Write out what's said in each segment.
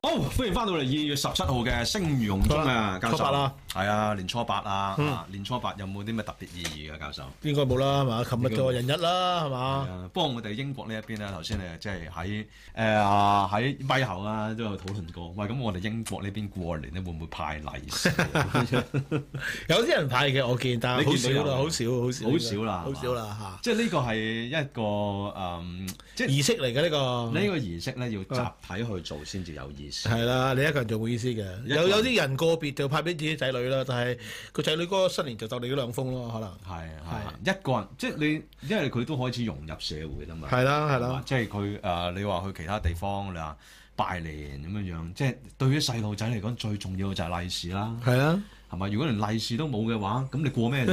好，歡迎翻到嚟二月十七號嘅聲如洪鐘啊，教授。初八啦，嗯係啊，年初八啊，啊年初八有冇啲咩特別意義嘅教授？應該冇啦，係嘛？琴日就話人日啦，係嘛？啊，不過我哋英國呢一邊咧，頭先誒即係喺誒啊喺咪後啦都有討論過，喂，咁我哋英國呢邊過年咧會唔會派利是？啊 有啲人派嘅，我見，但係好你見少到啦，有好少，好少，好少啦好少啦即係呢個係一個誒、嗯即嚇。係儀式嚟嘅呢個呢個儀式咧要集體去做先至有意思。係啦，你一個人做冇意思嘅。一個有人有啲人個別就派俾自己仔女啦，但係個仔女嗰個新年就鬥你嗰兩封咯，可能。係係一個人，即係你，因為佢都開始融入社會啦嘛。係啦，係係嘛啦，啊即係佢誒，你話去其他地方，你話拜年咁樣樣，即係對於細路仔嚟講，最重要嘅就係利是啦，係啦。係咪？如果連利是都冇嘅話，咁你過咩年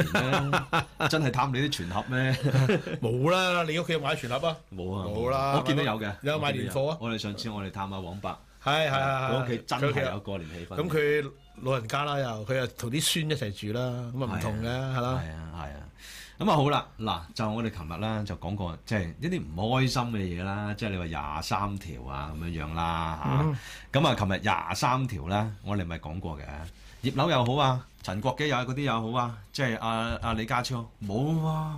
咧？真係貪你啲全盒咩？冇啦，你屋企有買全盒啊？冇啊，冇啦我見到有嘅，有買我見到年貨啊我哋上次我哋探下黃伯，係係係係。佢屋企真佢屋企係有過年氣氛。咁佢老人家啦，又佢又同啲孫一齊住啦，咁啊唔同嘅係啦。係啊，係啊。咁啊好啦，嗱就我哋琴日啦，就講過即係一啲唔開心嘅嘢啦，即係你話廿三條啊咁樣樣啦嚇。咁啊，琴日廿三條啦，我哋咪講過嘅，葉劉又好啊，陳國基又嗰啲又好啊，即係阿阿李家超冇喎，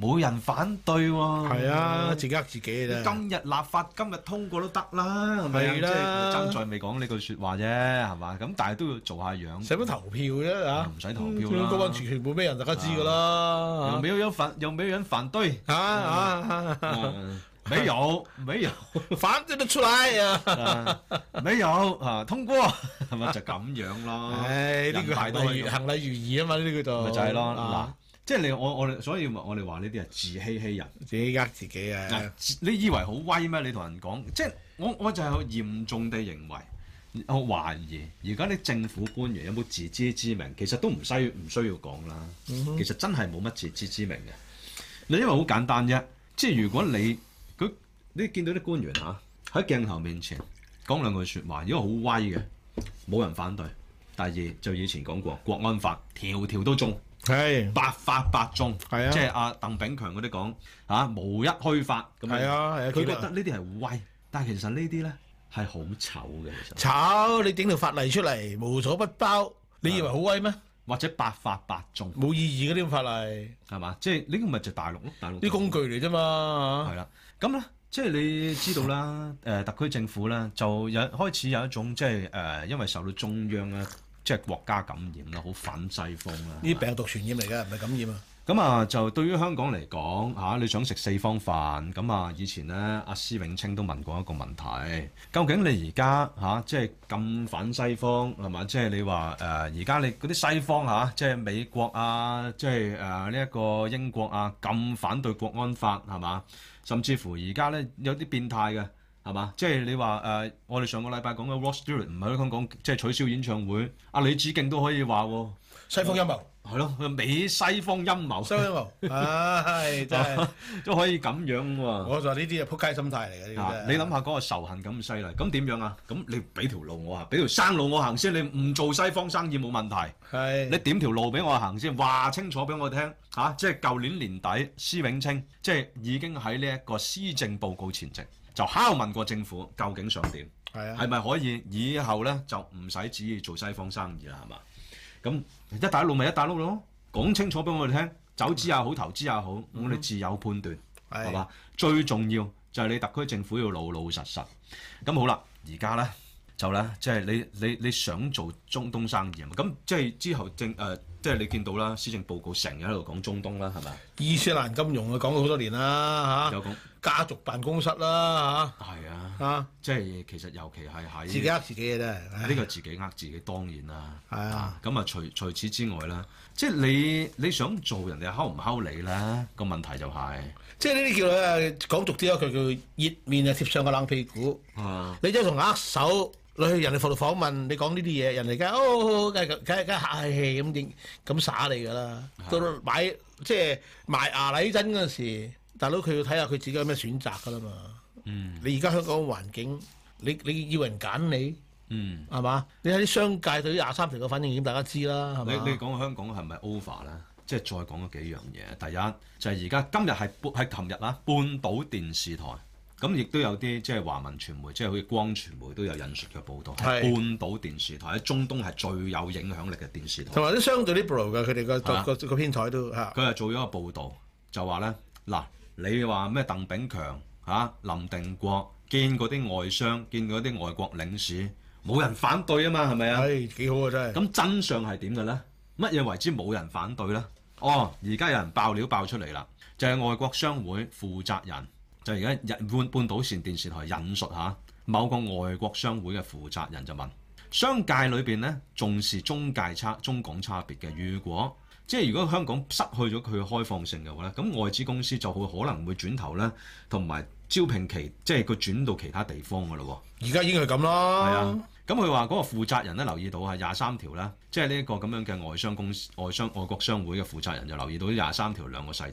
冇人反對喎。係啊，自己呃自己嘅啫。今日立法今日通過都得啦，係咪啊？係即啦係爭在未講呢句説話啫，係嘛？咁但係都要做下樣。使乜投票啫嚇？唔使投票啦啊嗯高溫全部咩人大家知㗎啦又。沒有人反，又沒有人反對。啊啊啊！ 嗯沒有，沒有，反對得出嚟啊！啊沒有啊，通過 係咪就咁樣咯？唉，呢個人大行都係禮如咁行禮如儀啊嘛，呢啲叫做咪就係咯嗱啊，即係你我我哋，所以我哋話呢啲係自欺欺人。自己呃自己嗱啊，，自你以為好威咩？你同人講，即係我我就係嚴重地認為，我懷疑而家啲政府官員有冇自知之明？其實都唔需唔需要講啦。其實真係冇乜自知之明嘅。你因為好簡單啫，即係如果你佢你見到啲官員嚇喺鏡頭面前講兩句説話，如果好威嘅，冇人反對。第二就以前講過，國安法條條都中。係百發百中，係啊即係阿鄧炳強嗰啲講嚇無一虛發咁樣。係啊係啊佢覺得呢啲係威，但係其實呢啲咧係好醜嘅，其實炒你整條法例出嚟，無所不包，你以啊為好威咩？或者百發百中冇意義嘅呢種法例，係嘛？即係呢個咪就係大陸咯，大陸啲工具嚟啫嘛係。啦。咁咧，即係你知道啦，誒、特區政府咧就有開始有一種即係誒、因為受到中央咧即係國家感染啦，好反西方啦。呢啲病毒傳染嚟㗎，唔係感染啊。咁啊，就對於香港嚟講嚇，你想食四方飯咁啊？以前咧，阿施永青都問過一個問題，究竟你而家嚇即係咁反西方係嘛？即係你話誒，而家你嗰啲西方嚇、即係美國啊，即係誒呢一個英國啊，咁反對國安法係嘛？甚至乎而家咧有啲變態嘅係嘛？即係你話誒、呃我哋上個禮拜講嘅 Ross Stewart 唔喺香港即係取消演唱會，阿李子敬都可以話喎，西方陰謀，係咯，佢美西方陰謀。西方陰 謀，唉，真哦係。都可以咁樣喎、我就話呢啲係撲街心態嚟嘅，呢啊啲你諗下嗰個仇恨咁犀利，咁點樣啊？咁你俾條路我行，俾條生路我行先。你唔做西方生意冇問題，係你點條路俾我行先？話清楚俾我聽嚇、啊即係舊年年底，施永青即係已經喺呢一個施政報告前夕就敲問過政府究竟想點，係啊，係咪可以以後呢就唔使旨意做西方生意啦？係嘛？咁一帶一路咪一帶一路咯，講清楚俾我哋聽，走資也好，投資也好，我哋自有判斷。係係嘛？最重要就係你特區政府要老老實實。咁好啦，而家咧就咧，即係你你你想做中東生意啊嘛？咁即係之後政誒、呃即係你見到啦，施政報告成日喺度講中東啦，係咪？啊伊斯蘭金融啊，講咗好多年啦嚇，有講家族辦公室啦係啊，嚇啊，即係其實尤其係喺自己呃自己嘅真係，唉呢個自己呃自己，當然啦。係啊，咁啊，除除此之外啦，即係你你想做人哋睺唔睺你啦？個問題就係、即係呢啲叫咧講俗啲咯，啊佢叫熱面啊貼上個冷屁股，啊，你真係同握手。你去人哋服度訪問，你講呢啲嘢，人哋梗係哦，梗係梗係梗係客氣咁應咁耍你㗎啦。啊到到買即係埋牙禮真嗰陣時，大佬佢要睇下佢自己有咩選擇㗎啦嘛。嗯你而家香港嘅環境，你你要人揀你嗯。係嘛？你喺啲商界對於廿三條嘅反應點，大家知啦，係你嘛？你講香港係咪 over 咧？即係再啊講咗幾樣嘢。第一就係而家今日係半係琴日啦，半島電視台咁亦都有啲即係華文傳媒，即係好似光傳媒都有引述嘅報導，係係半島電視台喺中東係最有影響力嘅電視台同。埋都相對 liberal 嘅，佢哋個係啊個個編台都嚇，佢係做咗個報導，就話咧嗱，你話咩鄧炳強嚇、啊林定國見嗰啲外商，見嗰啲外國領事，冇人反對啊嘛，係咪啊？唉幾好啊真係。咁真相係點嘅咧？乜嘢為之冇人反對咧？哦，而家有人爆料爆出嚟啦，就係、外國商會負責人，就而家日半半島線電視台引述下某個外國商會嘅負責人就問：商界裏邊呢，重視中界差、中港差別嘅，如果即係如果香港失去咗佢嘅開放性嘅話咧，咁外資公司就會可能會轉頭咧，同埋招聘其即係佢轉到其他地方嘅咯喎。而家已經係咁係啦啊，，咁佢話嗰個負責人咧留意到係廿三條啦，即係呢一個咁樣嘅外商公司、外商外國商會嘅負責人就留意到廿三條兩個細節，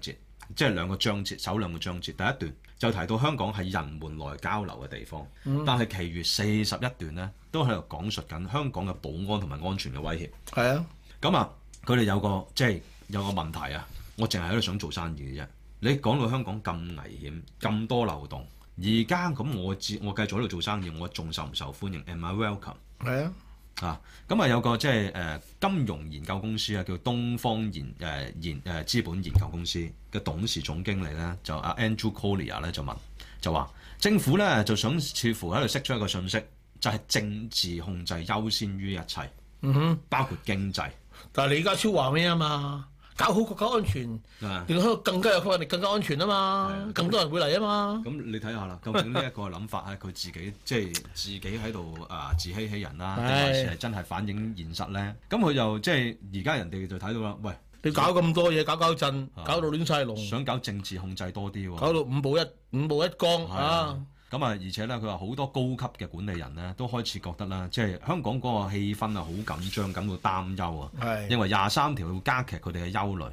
即係兩個章節，首兩個章節第一段就提到香港係人們來交流嘅地方，但係其餘四十一段呢，都喺度講述緊香港嘅保安同埋安全嘅威脅。係啊，咁啊，佢哋有個即係有個問題啊，我淨係喺度想做生意嘅啫。你講到香港咁危險，咁多漏洞，而家咁我自我繼續喺度做生意，我仲受唔受歡迎？Am I welcome？係啊，啊，咁啊有個即係誒金融研究公司啊，叫東方研誒、呃研誒、呃、資本研究公司嘅董事總經理咧，就阿 Andrew Collier 咧就問，就話政府咧就想似乎喺度釋出一個訊息，就係、政治控制優先於一切，嗯哼。包括經濟但係李家超話咩啊嘛？搞好國家安全，啊。令到香港更加有吸引力，更加安全啊嘛，更多人會嚟啊嘛。咁你睇下啦，究竟呢一個諗法係佢自己即係自己喺度啊自欺欺人啦，定還是係真係反映現實咧？咁佢又即係而家人哋就睇到啦，喂，你搞咁多嘢，搞搞震，啊搞到亂晒龍，想搞政治控制多啲喎。搞到五步一五步一光係啊！！咁啊，而且咧，佢話好多高級嘅管理人咧，都開始覺得啦，即係香港嗰個氣氛啊，好緊張，感到擔憂啊，係嗯認為廿三條會加劇佢哋嘅憂慮。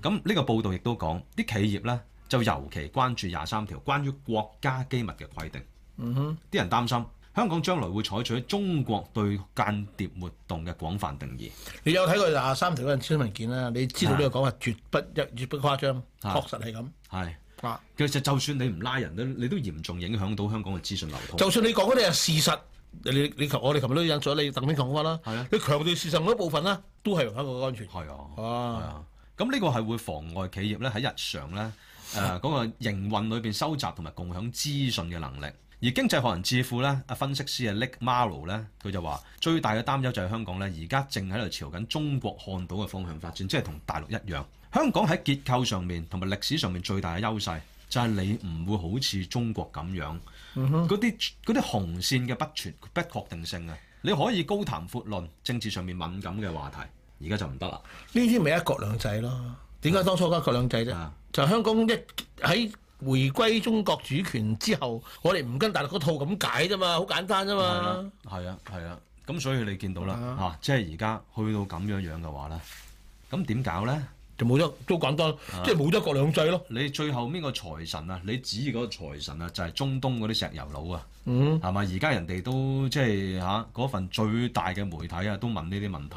咁呢、個報道亦都講，啲企業咧就尤其關注廿三條關於國家機密嘅規定。嗯啲人擔心香港將來會採取中國對間諜活動嘅廣泛定義。你有睇過廿三條嗰陣簽文件啦？你知道呢個講法絕不一絕不誇張，啊確實係咁係，啊！其實就算你唔拉人咧，你都嚴重影響到香港嘅資訊流通。就算你講嗰啲係事實，你你我哋琴日都引咗你鄧炳強講法啦係啊，你強調事實嗰部分啦，都係香港安全。係啊。係啊，啊，咁呢個係會妨礙企業咧喺日常咧誒嗰個營運裏邊收集同埋共享資訊嘅能力。而經濟學人智庫咧，啊分析師啊 Nick Marrow 咧，佢就話最大嘅擔憂就係香港咧而家正喺度朝緊中國看到嘅方向發展，即係同大陸一樣。香港喺結構上面同埋歷史上面最大嘅優勢就係你唔會好似中國咁樣嗰啲嗰啲紅線嘅不全不確定性啊，你可以高談闊論政治上面敏感嘅話題，而家就唔得啦。呢啲咪一國兩制咯？點解當初一國兩制啫？啊就香港一喺回歸中國主權之後，我哋唔跟大陸嗰套咁解啫嘛，好簡單啫嘛。係啊，係啊，咁所以你見到啦嚇、啊即係而家去到咁樣樣嘅話咧，咁點搞咧？就冇咗都簡單，啊即係冇咗一國兩制咯。你最後面個財神啊，你指嗰個財神啊，就係、中東嗰啲石油佬啊，嗯，係咪？而家人哋都即係嚇嗰份最大嘅媒體啊，都問呢啲問題。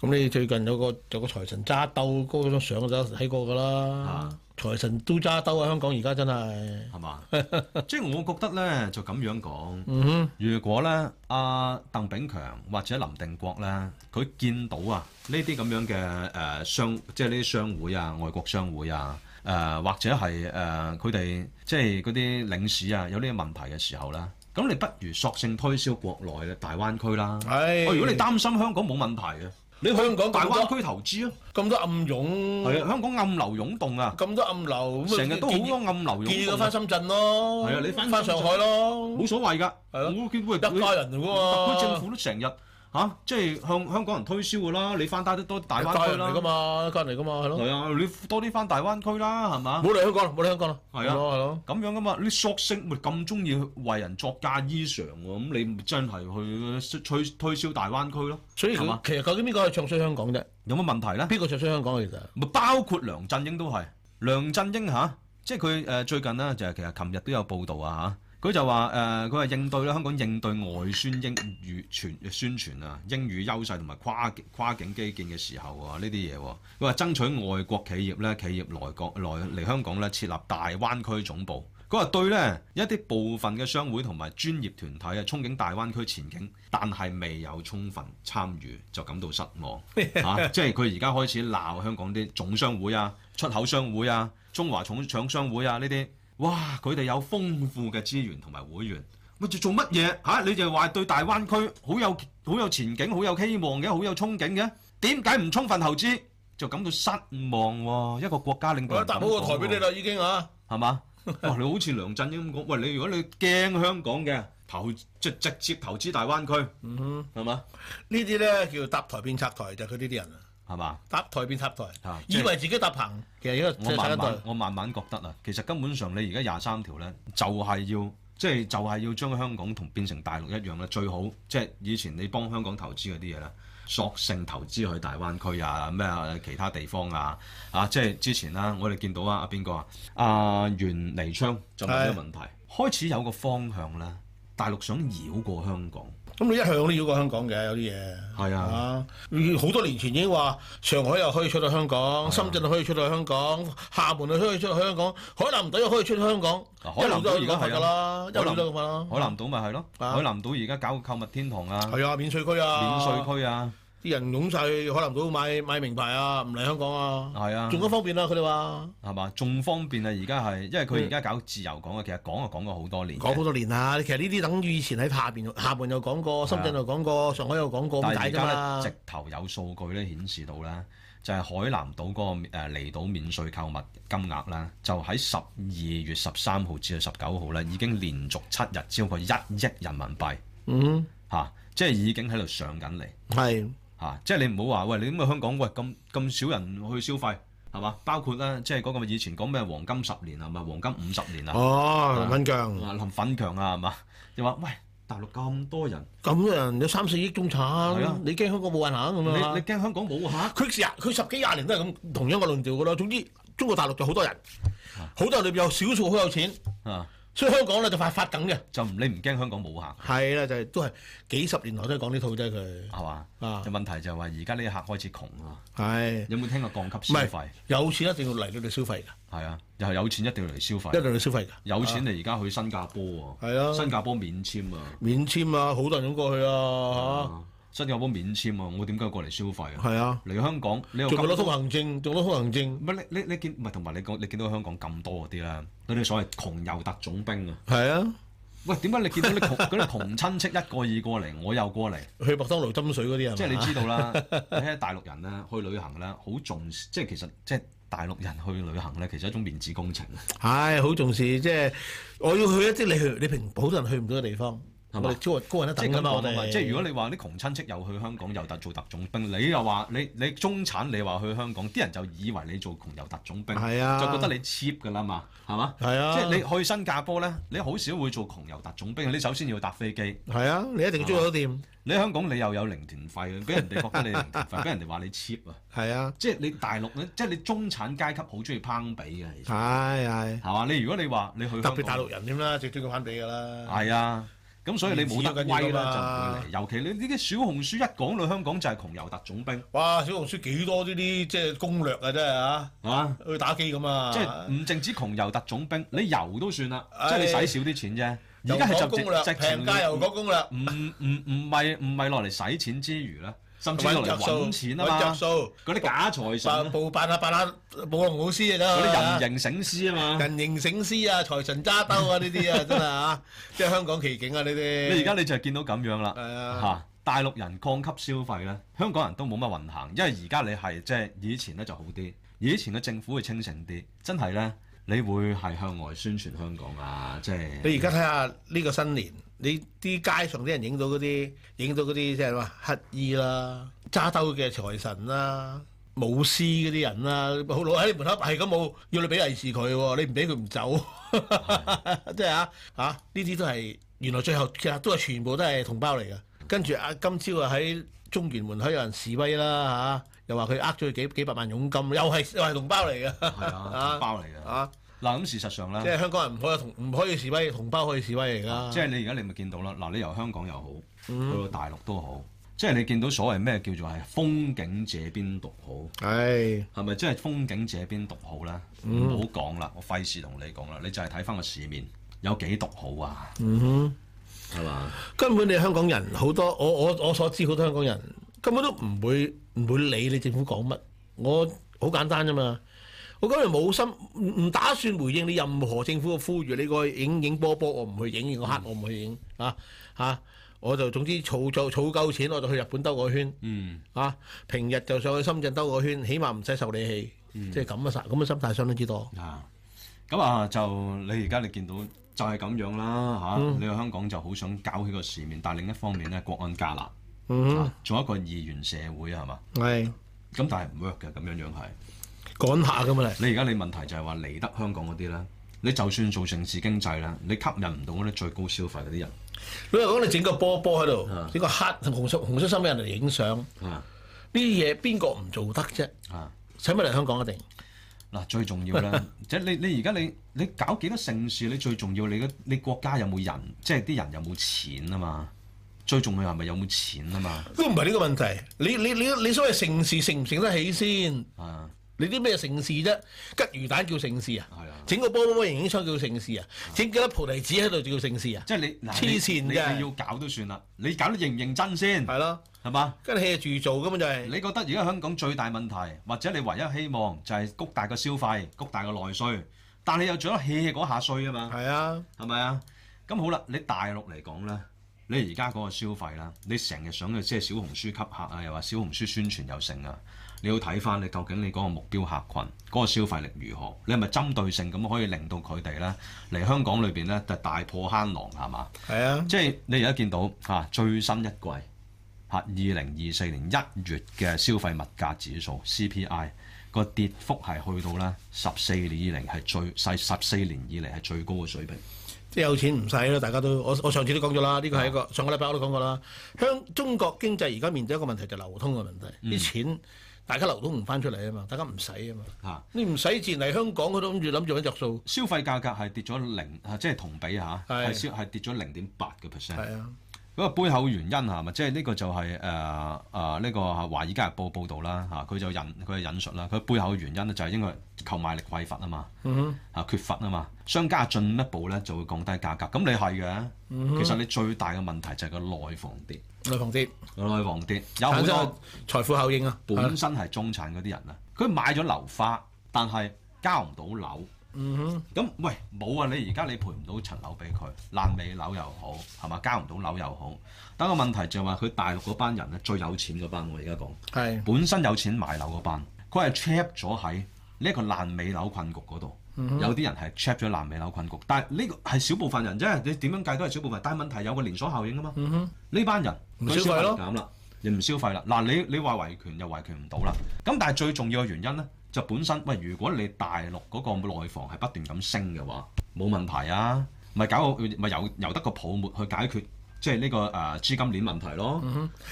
咁你最近有個有個財神揸兜嗰張相我都睇過㗎啦啊，財神都揸兜啊！香港而家真係，係嘛？ 即係我覺得咧，就咁樣講。嗯如果咧，阿、鄧炳強或者林定國咧，佢見到啊呢啲咁樣嘅誒、呃商，即係呢啲商會啊、外國商會啊，誒、或者係誒佢哋即係嗰啲領事啊，有呢啲問題嘅時候啦，咁你不如索性推銷國內嘅大灣區啦。哼，唉，哦，如果你擔心香港冇問題嘅，你香港大哎咁灣多區投資啊，咁多暗湧，係啊，香港暗流湧動啊，咁多暗流，咁啊成日都好多暗流湧建議佢動翻啊，深圳咯，係啊你返翻深上圳海咯，冇所謂㗎。係咯我見喂一家人嚟㗎特喎。區政府都成日嚇，即係向香港人推銷噶啦，你翻大得多大一家灣區人嚟啦，噶嘛，一家人嚟噶嘛，係咯。係啊，你多啲翻大灣區啦，係嘛？冇嚟香港啦，冇嚟香港啦。係啊咯，係咯。咁樣噶嘛，你索性咪咁中意為人作嫁衣裳喎，咁你咪真係去推推銷大灣區咯，所以係嘛佢其實究竟邊個係唱衰香港啫？有乜問題咧？邊個唱衰香港啊其實？咪包括梁振英都係，梁振英嚇、即係佢誒最近呢，就係其實琴日都有報道啊嚇，佢就話呃誒佢話應對咧香港應對外宣英語傳宣傳啊英語優勢同埋跨跨境基建嘅時候啊呢啲嘢喎，佢話爭取外國企業咧企業來國來嚟香港咧設立大灣區總部。佢話對呢一啲部分嘅商會同埋專業團體啊，憧憬大灣區前景，但係未有充分參與就感到失望 啊！即係佢而家開始鬧香港啲總商會啊、出口商會啊、中華重廠商會啊呢啲，哇！佢哋有豐富嘅資源同埋會員。咪做做乜嘢嚇？你就話對大灣區好有好有前景、好有希望嘅、好有憧憬嘅，點解唔充分投資就感到失望喎、一個國家領導我人搭咁好個台講俾你喎啦，已經啊，係嘛？哇！你好似梁振英咁講，喂，你如果你驚香港嘅投即直接投資大灣區，嗯係嘛？呢啲咧叫搭台變拆台，就係佢呢啲人啊，係嘛？搭台變拆台啊，即係以為自己搭棚，其實而家我即係慢拆緊慢台。我慢慢覺得啊，其實根本上你而家廿三條咧，就係要即係就係要將香港同變成大陸一樣咧，最好即係以前你幫香港投資嗰啲嘢咧。索性投資去大灣區啊，咩啊其他地方啊，啊即係之前啦，我哋見到啊，阿邊個啊，阿袁黎昌就問呢個問題，開始有個方向啦，大陸想繞過香港，咁你一向都要過香港嘅，有啲嘢。係啊啊！好多年前已經話上海又可以出到香啊港，深圳又可以出到香港，廈門又可以出到香港，海南島又可以出到香港，啊一海南路都島而有家咁係啊㗎啦，一路都有咁㗎啦。海南島咪係咯，啊海南島而家搞個購物天堂啊，係啊，免税區啊，免稅區啊，啲人湧晒去海南島買買名牌啊，唔嚟香港啊，係啊仲，加方便啊！佢哋話係嘛，仲方便啊！而家係，因為佢而家搞自由港啊，其實講啊講過好多年嘅，嗯講好多年啦，其實呢啲等於以前喺下邊，下門又講過，深圳又講過，上海又講過，啊但係咁解而㗎家嘛咧，。直頭有數據咧顯示到咧，就係、海南島嗰個誒離島免税購物金額啦，就喺十二月十三號至到十九號咧，已經連續七日超過一億人民幣嗯，嚇、即係已經喺度上緊嚟。係嚇、即係你唔好話喂，你咁嘅香港喂咁咁少人去消費係嘛？包括咧，即係嗰個以前講咩黃金十年啊，咪黃金五十年啊，哦，林敏強話林奮強啊，係嘛？ 又話喂，大陸咁多人，咁嘅人有三四億係中產啊，你驚香港冇運行你咁你啊？驚香港冇客？佢成日佢十幾廿年都係咁同樣嘅論調㗎啦。總之中國大陸就好多人，好多人裏邊有少數好有錢，啊！所以香港咧就發發緊嘅。就唔你唔驚香港冇客係啦，就係都係幾十年來都係講呢套啫佢。係嘛？啊問題就係話而家呢啲客開始窮啊！係。有冇聽過降級唔消係費？有錢一定要嚟到你消費㗎，係啊，又係有錢一定要嚟消一費。定要消費㗎。有錢你而家去新加坡喎，係啊新加坡免簽啊，免簽啊，好多人咁過去啊啊新加坡免簽啊，我點解要過嚟消費嚇，啊？係啊，嚟香港你又仲攞咁通啊多行證，仲攞通行證，唔係你你你見唔係同埋你講你見到香港咁多嗰啲啦，嗰啲所謂窮遊特種兵啊！係啊，喂，點解你見到啲窮嗰啲窮親戚一個二過嚟，我又過嚟？去麥當勞斟水嗰啲人，即係你知道啦， 你睇大陸人咧去旅行咧，好重視，即係其實即係大陸人去旅行咧，其實係一種面子工程，啊唉，好重視，即係我要去一啲你去你平好多人去唔到嘅地方，係我嘛哋超人高人一即係等咁㗎嘛，我講啊嘛。哋即係如果你話啲窮親戚又去香港又特做特種兵，你又話你你中產你話去香港，啲人就以為你做窮遊特種兵，係啊就覺得你 cheap 㗎啦嘛，係嘛？係啊，即係你去新加坡咧，你好少會做窮遊特種兵，你首先要搭飛機。你係啊，你一定要租酒店，你喺香港你又有零團費，俾人哋覺得你零團費，俾人哋話你 cheap 啊！係啊，即係你大陸咧，即係你中產階級好中意攀比嘅，其實係係，係嘛？你如果你話你去特香港別大陸人添啦，最中意攀比㗎啦，係啊，咁所以你冇得面威子都緊要㗎啦，嘛就唔會嚟。尤其你呢啲小紅書一講到香港就係窮遊特種兵，哇，小紅書幾多呢啲即係攻略啊，真係啊，係嘛？去打機咁啊，即係嗯唔淨止窮遊特種兵，你遊都算啦，唉即係你使少啲錢啫。又而家係講就攻略，直直情平價又講攻略。唔唔唔係唔係落嚟使錢之餘咧，甚至落嚟揾錢啊揾着嘛。數，嗰啲假財神扮啊，報扮下扮下舞龍舞獅啊，嗰真係啊啲人形醒獅啊嘛。人形醒獅啊，財神揸兜啊，呢啲啊，真係啊，即係香港奇景啊，呢啲。你而家你就係見到咁樣啦。係嚇、啊，大陸人降級消費咧，香港人都冇乜運行，因為而家你係即係以前咧就好啲，以前嘅政府會清醒啲，真係咧你會係向外宣傳香港啊，即係你而家睇下呢個新年，你啲街上啲人影到嗰啲，影到嗰啲即係話乞衣啦，揸兜嘅財神啦。舞獅嗰啲人啦，好老喺你門口係咁冇，要你俾利是佢喎，你唔俾佢唔走， 即係啊嚇呢啲都係原來最後其實都係全部都係同胞嚟嘅。跟住啊，今朝啊喺中原門口有人示威啦嚇、又話佢呃咗佢幾幾百萬佣金，又係又係同胞嚟嘅係啊，同胞嚟嘅。啊！嗱咁事實上即咧，係啊香港人唔可以同唔可以示威，同胞可以示威嚟㗎。嗯即係你而家你咪見到啦，嗱你由香港又好，去到大陸都好，即係你見到所謂咩叫做係風景這邊獨好，係係咪即係風景這邊獨好咧？唔好講啦，我費事同你講啦，你就係睇翻個市面有幾獨好啊？嗯哼，係嘛？根本你香港人好多，我我我所知好多香港人根本都唔會唔會理你政府講乜，我好簡單啫嘛。我今日冇心唔唔打算回應你任何政府嘅呼籲，你個影影波波我唔去影，影個黑我唔去影啊啊！我就總之儲就儲夠錢，我就去日本兜個圈。嗯，啊，平日就上去深圳兜個圈，起碼唔使受你氣，即係咁嘅心咁嘅心態相當之多。啊，咁啊就你而家你見到就係咁樣啦嚇、你去香港就好想搞起個市面，但係另一方面咧，國安加辣，嗯，啊做一個二元社會係嘛？係咁但係唔 work 嘅，咁樣樣係。趕下咁啊！你而家你問題就係話嚟得香港嗰啲咧，你就算做城市經濟咧，你吸引唔到嗰啲最高消費嗰啲人。你話講啊你整個波波喺度啊，整個黑同紅色紅色心俾人嚟影相，呢啊啲嘢邊個唔做得啫？啊！使乜嚟香港一定？嗱，最重要 咧，即係你你而家你你搞幾多盛事，你最重要你個你國家有冇人，即係啲人有冇錢啊嘛？最重要係咪有冇錢啊嘛？都唔係呢個問題。你你你你所謂城市成唔成得起先？啊，你啲咩城市啫？吉魚蛋叫城市啊？係啊，整個波波影影相叫城市啊？整幾粒菩提子喺度就叫城市啊？即係你嗱黐你線你嘅你要搞都算啦，你搞得認唔認真先係咯，係嘛？跟住 hea 住做根本就係、你覺得而家香港最大問題，或者你唯一希望就係谷大個消費，谷大個內需，但你又做得 hea 嗰下衰啊嘛？係啊，係咪啊？咁好啦，你大陸嚟講咧，你而家嗰個消費啦，你成日想去即係小紅書吸客啊，又話小紅書宣傳又成啊，你要睇翻你究竟你嗰個目標客群嗰、個消費力如何？你係咪針對性咁可以令到佢哋咧嚟香港裏邊咧就大破坑狼係嘛？係啊，即係你而家見到嚇、啊最新一季啊嚇二零二四年一月嘅消費物價指數 CPI 個跌幅係去到咧十四年以嚟係最細十四年以嚟係最高嘅水平。即係有錢唔使啦，大家都我我上次都講咗啦，呢個係一啊個上個禮拜我都講過啦。香中國經濟而家面對一個問題就係流通嘅問嗯題，啲錢大家流通唔翻出嚟啊嘛，大家唔使啊嘛，嚇你唔使自然嚟香港佢都諗住諗住揾着數，消費價格係跌咗零，啊即係同比嚇，係係消係跌咗零點八個 percent。係啊，嗰個背後原因係咪？即係呢個就係誒誒呃啊呢個《華爾街日報》報導啦嚇，佢就引佢就引述啦，佢背後嘅原因咧就係因為購買力匱乏啊嘛，嗯嚇缺乏啊嘛，商家進一步咧就會降低價格。咁你係嘅，嗯其實你最大嘅問題就係個內房跌，內房跌個內房跌有好產生多個財富效應啊，本身係中產嗰啲人啊，佢買咗樓花，但係交唔到樓。嗯咁喂冇啊！你而家你賠唔到層樓俾佢，爛尾樓又好，係嘛？交唔到樓又好。但個問題就係話佢大陸嗰班人咧，最有錢嗰班我而家講，係本身有錢買樓嗰班，佢係 trap 咗喺呢一個爛尾樓困局嗰度。嗯有啲人係 trap 咗爛尾樓困局，但係呢個係少部分人啫。你點樣計都係少部分，但係問題有個連鎖效應啊嘛。呢班人嗯唔佢消費咯力減啦，你唔消費啦。嗱，你你話維權又維權唔到啦。咁但係最重要嘅原因咧，就本身喂，如果你大陸嗰個內房係不斷咁升嘅話，冇問題啊，咪搞個咪由由得個泡沫去解決，即係呢個誒資金鏈問題咯。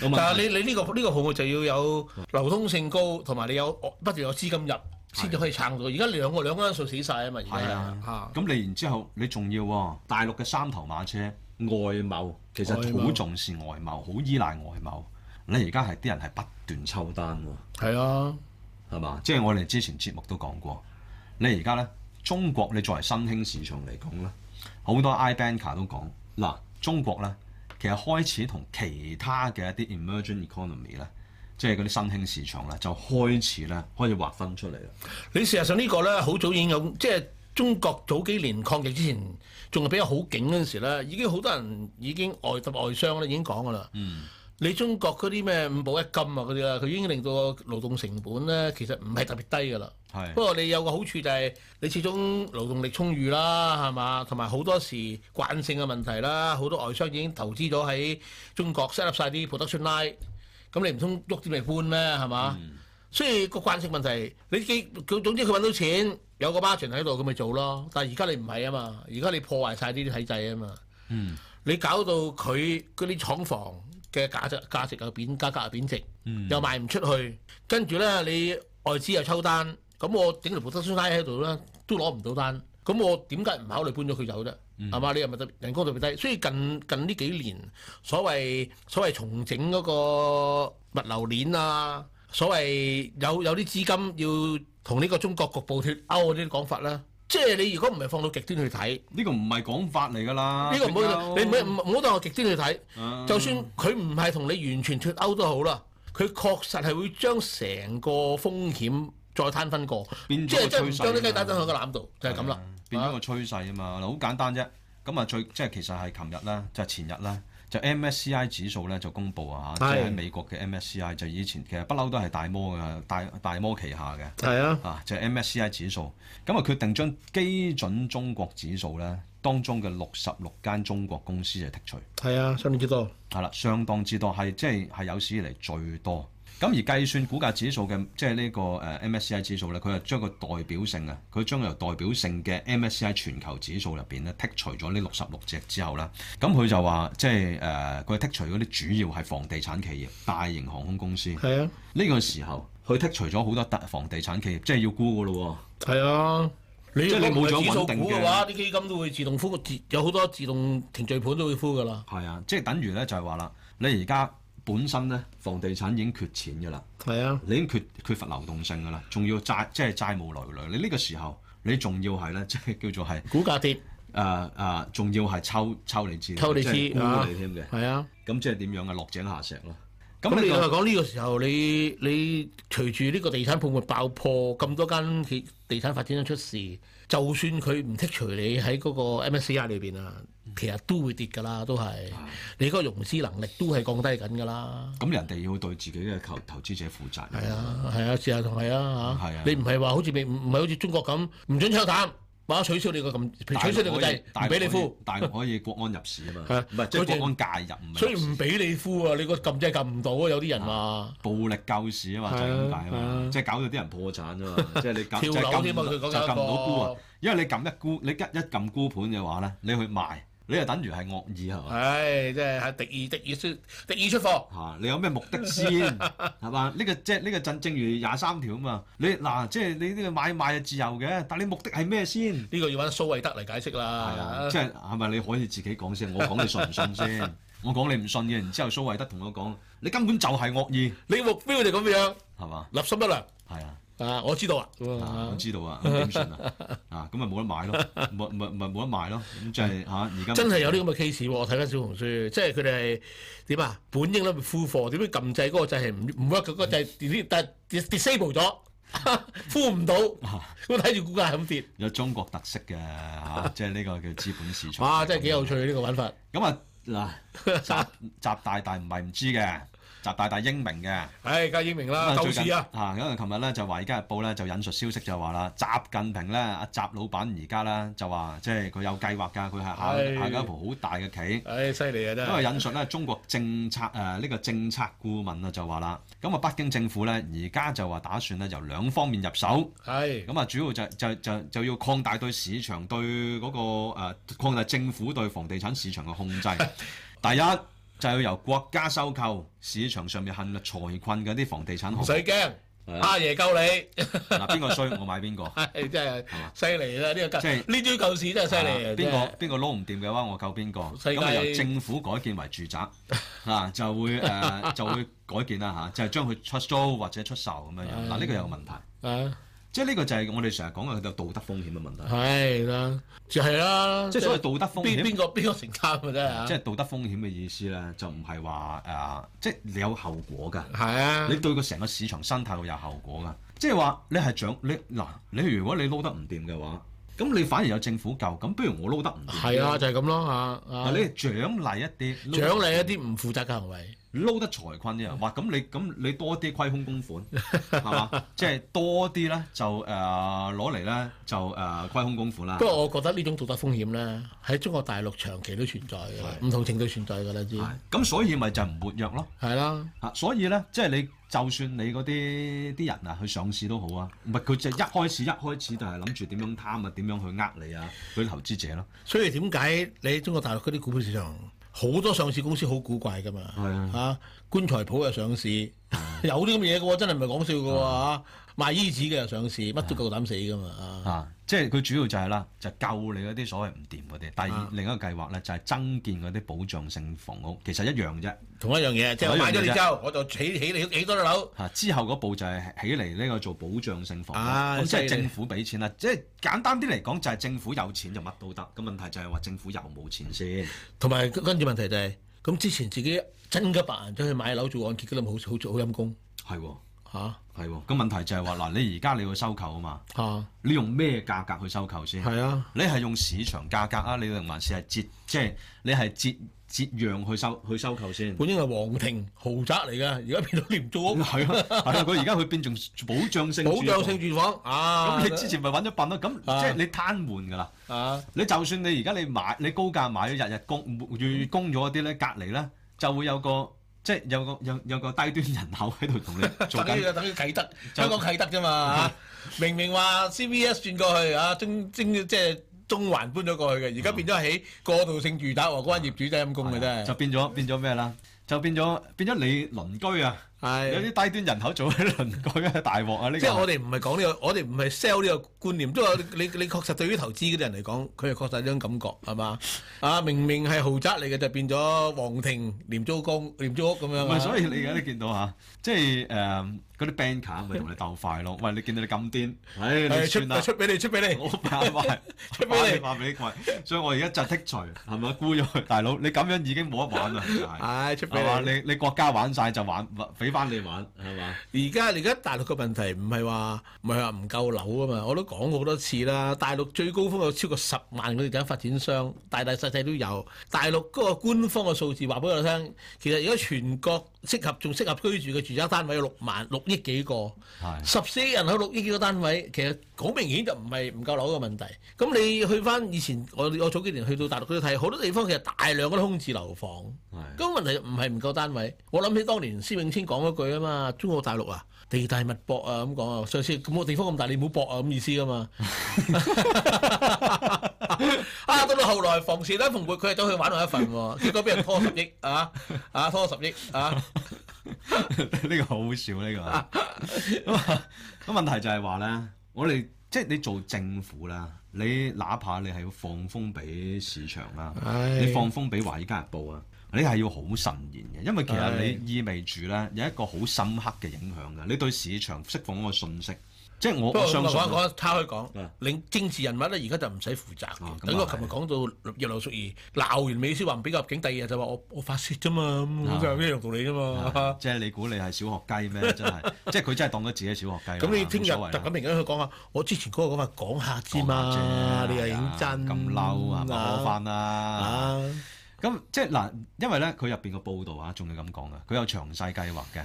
有問題嗯但係你你呢個呢個泡沫就要有流通性高，同埋你有不斷有資金入先至可以撐到。而家兩個兩個因素死晒啊嘛，而係家啊嚇，咁你然之後你仲要喎，大陸嘅三頭馬車外貿其實外好貿重視外貿，好依賴外貿。你而家係啲人係不斷抽單喎，係啊，係嘛？即係我哋之前節目都講過，你而家呢，中國你作為新興市場嚟講呢，好多 i banker 都講嗱，中國呢，其實開始同其他嘅一啲 emerging economy 呢，即係嗰啲新興市場呢，就開始呢，開始劃分出嚟啦。你事實上呢個咧，好早已經有，即係中國早幾年抗疫之前，仲係比較好景嗰陣時咧，已經好多人已經外特外商咧已經講噶啦。嗯，你中國嗰啲咩五保一金啊嗰啲啦，佢已經令到個勞動成本咧其實唔係特別低噶啦。係不過你有個好處就係你始終勞動力充裕啦，係嘛？同埋好多時慣性嘅問題啦，好多外商已經投資咗喺中國 set up 曬啲 production line，咁你唔通喐啲咪搬咩？係嘛？所以個慣性問題，你幾佢總之佢揾到錢，有個 margin 喺度，咁咪做咯。但係而家你唔係啊嘛，而家你破壞晒呢啲體制啊嘛。嗯你搞到佢嗰啲廠房嘅價值價值又貶，價格又貶值，嗯又賣唔出去，跟住咧你外資又抽單，咁我整條 production line 喺度咧都攞唔到單，咁我點解唔考慮搬咗佢走啫？係嘛、你又咪得人工特別低，所以近近呢幾年所謂所謂重整嗰個物流鏈啊，所謂有有啲資金要同呢個中國局部脱歐呢啲講法啦，即係你如果唔係放到極端去睇，呢個唔係講法嚟㗎啦。呢、個唔好比你較唔好唔好當我極端去睇。啊就算佢唔係同你完全脱歐都好啦，佢確實係會將成個風險再攤分過，變即咗個係即係唔趨勢將啲雞啦蛋掟喺個籃度，就係咁啦。變咗個趨勢啊嘛。嗱，好簡單啫。咁啊，最即係其實係琴日啦，就係前日啦，就 MSCI 指數咧就公布啊嚇，即係係喺美國嘅 MSCI 就以前其實不嬲都係大摩嘅大大摩旗下嘅。係啊，啊，就係 MSCI 指數，咁啊決定將基準中國指數咧當中嘅六十六間中國公司就剔除，係啊，相當之多。係啦，相當之多，係即係係有史以嚟最多。咁而計算股價指數嘅，即係呢個誒 MSCI 指數咧，佢係將個代表性啊，佢將由代表性嘅 MSCI 全球指數入邊咧剔除咗呢六十六隻之後啦，咁佢就話即係誒，呃佢、剔除嗰啲主要係房地產企業、大型航空公司。係啊，呢個時候，佢剔除咗好多大房地產企業，即係要沽噶咯喎。係啊。你即係你如果冇咗唔係指數穩定股嘅嘅話，啲基金都會自動呼，自有好多自動停聚盤都會呼㗎啦。係啊，即係等於咧就係話啦，你而家本身咧房地產已經缺錢嘅啦，係啊，你已經缺缺乏流動性嘅啦，仲要債即係債務累累，你呢個時候你仲要係咧 即係叫做係股價跌，誒誒，仲、要係抽抽你資，抽你即資係沽啊你添嘅，係啊。咁即係點樣啊？落井下石咯。咁咁你你又個講呢個時候，你你隨住呢個地產泡沫爆破，咁多間企地產發展商出事，就算佢唔剔除你喺嗰個 MSCI 裏邊啊，其實都會跌㗎啦，都係啊你嗰個融資能力都係降低緊㗎啦。咁人哋要對自己嘅投投資者負責係嘅。啊，係啊，事實同係啊係啊嚇，你唔係話好似美唔唔係好似中國咁唔准抽膽，或者取消你個咁取消你個制，大陸可以唔俾你呼，， 大陸可以大陸可以國安入市啊嘛，係啊唔係即佢係哋國安介入，唔係所以入市唔俾你呼啊！你個撳掣撳唔到啊，有啲人話。暴力救市啊嘛，就係咁解啊係啊係嘛啊，即係搞到啲人破產啊嘛，即係你撳跳即係樓撳添啊佢唔講緊就撳唔一個到沽啊，因為你撳一沽，你一一撳沽盤嘅話咧，你去賣，你就等於係惡意係啊嘛？唉，真係係敵意敵意出敵意出貨。嚇！你有咩目的 先係嘛？呢個即係呢個正正如廿三條啊嘛。你嗱，即係你呢個買賣係自由嘅，但你目的係咩先？呢個要揾蘇慧德嚟解釋係啊，啦即。係係咪你可以自己講先？我講你信唔信 先？我講你唔信嘅，然之後蘇慧德同我講，你根本就係惡意你目標就咁樣，係嘛？立心不良係啊。啊！我知道啊。啊，我知道啊，咁點算啊？啊，咁咪冇得買咯，冇咪咪冇得賣咯，咁即係嚇而家真係有啲咁嘅 case 喎，我睇翻小紅書，即係佢哋係點啊？本應咧呼貨，點解撳掣嗰個掣係唔唔 work 嘅嗰個掣 dis- 但係 dis- disable 咗， 呼唔到，啊咁睇住股價係咁跌，有中國特色 嘅嚇，即係呢個叫資本市場。哇！真係幾有趣呢個玩法。咁啊嗱，習 習大大唔係唔知嘅，習大大英明嘅。唉，梗係英明咁啦，啊啊鬥最近士啊！啊，因為琴日咧就《華爾街日報》咧就引述消息就話啦，習近平咧阿習老闆而家咧就話，即係佢有計劃㗎，佢係係下下緊一盤好大嘅棋。唉，犀利啊真因為係。引述咧中國政策誒呢、個政策顧問啊就話啦，咁啊北京政府咧而家就話打算咧由兩方面入手，係咁啊主要就就就就要擴大對市場對嗰、個誒、呃、擴大政府對房地產市場嘅控 制。第一就要由國家收購市場上面陷入財困嘅啲房地產項唔使驚，啊係啊阿爺救你。嗱邊個衰我買邊個。係真係嘛犀利啦！呢即個救係呢啲救市 真係犀利啊！邊真係個邊個撈唔掂嘅話，我救邊個。世界咁啊，由政府改建為住 宅啊，就會誒、呃就會改建啦嚇、就係將佢出租或者出售咁樣樣。嗱，呢個有個問題，啊，即係呢個就係我哋成日講嘅佢有道德風險嘅問題。係啦，就係啦，即係所謂道德風邊險，邊個邊個承擔啊？真係啊即係道德風險嘅意思咧，就唔係話誒，即係你有後果㗎。係啊你，對個成個市場生態會有後果㗎。即係話你係掌你嗱，你如果你撈得唔掂嘅話，咁你反而有政府救，咁不如我撈得唔掂。係啊，就係咁咯嚇嗱，啊！你係獎勵一啲，獎勵一啲唔負責嘅行為，撈得財困啲人，哇！咁你咁你多啲虧空公 款，係嘛？即係多啲咧就誒攞嚟咧就誒虧空公款啦不。過我覺得呢種道德風險咧，喺中國大陸長期都存在㗎啦，唔同程度存在㗎啦，知係咁所以咪就唔活躍咯係啦，嚇。啊所以咧，即係你就算你嗰啲啲人啊去上市都好啊，唔係佢就一開始一開始就係諗住點樣貪啊，點樣去呃你啊，嗰啲投資者咯。所以點解你中國大陸嗰啲股票市場好多上市公司好古怪㗎嘛？係啊 啊，棺材鋪又上市，有啲咁嘢嘅喎，真係唔係講笑嘅喎啊賣衣紙嘅又上市，乜都夠膽死噶嘛啊！啊，即係佢主要就係、啦，就救你嗰啲所謂唔掂嗰啲。第二、啊另一個計劃咧就係、增建嗰啲保障性房屋，其實一樣啫。同一樣嘢，即係我同一樣買嘢咗你啫之後，我就起起起起多咗樓。嚇、之後嗰步就係起嚟呢個做保障性房屋，啊咁、即係犀利政府俾錢啦。即係簡單啲嚟講，就係政府有錢就乜都得。咁問題就係話政府有冇錢 先。同埋跟住問題就係、咁之前自己真金白銀走去買樓做按揭嗰啲，咪好好好陰功啊係喎，嚇係喎。咁問題就係話嗱，你而家你要收購啊嘛，嚇，你用咩價格去收購先？係啊你係用市場價格啊？你定還是係折即係你係折折讓去收去收購先？本應係皇庭豪宅嚟㗎，而家變到廉租屋，係啊，係啊，佢而家佢變仲保障性保障性住住房啊！房。咁你之前咪揾咗笨咯？咁啊即係你攤換㗎啦。啊你就算你而家你買你高價買咗日日供月月供咗嗰啲咧，隔離咧就會有個即係有個有有個低端人口 喺度 同你做等於緊。等於啟德，就香港啟德啫 嘛嚇。明明話 CVS 轉過去啊，中中即係中環搬咗過去嘅，而嗯家變咗喺過渡性住宅喎，嗰班業主真係陰公嘅真啊就係。變咗變咗咩啦？就變咗變咗你鄰居啊！有啲係，低端人口做喺鄰居啊，大鑊啊！呢個即係我哋唔係講呢個，我哋唔係 sell 呢個觀念，即係我哋你你確實對於投資嗰啲人嚟講，佢係確實有種感覺係嘛？啊，明明係豪宅嚟嘅，就變咗皇庭廉租公廉租屋咁樣唔啊。係，所以你而家都見到嚇，即係誒嗰啲 banker 咪同你鬥快 咯。喂，你見到你咁癲，唉、你係算啦 出，出俾你，出俾你我買 埋，出俾買你你買俾你貴，所以我而家就剔除係咪沽咗佢， 大佬你咁樣已經冇得 玩啦，係唉，出俾係嘛？你。你你國家玩晒就玩，俾翻你玩係嘛？而家而家大陸嘅問題唔係話唔係話唔夠樓啊嘛，我都講過好多次啦。大陸最高峰有超過十萬嗰啲間發展商，大大細細都有。大陸嗰個官方嘅數字話俾我聽，其實而家全國適合仲適合居住嘅住宅單位有六萬六億幾個， 係十四億人口六億幾個單位，其實好明顯就唔係唔夠樓嘅問題。咁你去翻以前，我我早幾年去到大陸都睇，好多地方其實大量嗰啲空置樓房。係 咁問題唔係唔夠單位，我諗起當年施永青講嗰句啊嘛，中國大陸啊，地大物博啊咁講啊，上次咁個地方咁大，你唔好博啊咁意思噶嘛。 啊，到到後來房市咧蓬勃，佢係走去玩另一份喎，結果俾人拖十億啊啊拖十億啊，呢個好好笑呢個。咁啊咁問題就係話咧，我哋即係你做政府啦，你哪怕你係要放風俾市場啦。你放風俾華爾街日報啊，你係要好慎言嘅，因為其實你意味住咧有一個好深刻嘅影響嘅，你對市場釋放嗰個信息，即係我不我過相講信講拋開講啊，你政治人物咧而家就唔使負責嘅啊。咁等我啊琴日講到葉劉淑儀鬧完美斯話唔俾個入境，第二日就話我我發泄啫嘛，咁就一樣道理啫嘛啊啊。即係你估你係小學 雞咩？真係，即係佢真係當咗自己小學雞啦。咁你聽日冇所謂啦啊特咁明咁去講下，我之前嗰個講法講下之講下嘛啫，哎你又認真啊咁嬲啊，咪攞翻啦。啊！咁即係嗱，因為咧佢入邊個報導啊，仲要咁講嘅，佢有詳細計劃嘅。